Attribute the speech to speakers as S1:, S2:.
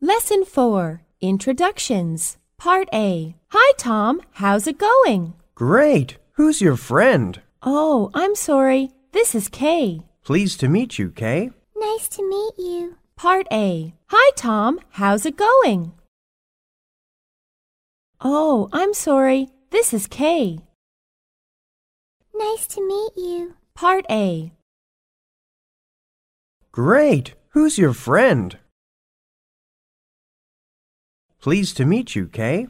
S1: Lesson 4 Introductions Part A Hi, Tom. How's it going?
S2: Great. Who's your friend?
S1: Oh, I'm sorry. This is Kay.
S2: Pleased to meet you, Kay.
S3: Nice to meet you.
S1: Part A Hi, Tom. How's it going? Oh, I'm sorry. This is Kay.
S3: Nice to meet you.
S1: Part A
S2: Great. Who's your friend? Pleased to meet you, Kay.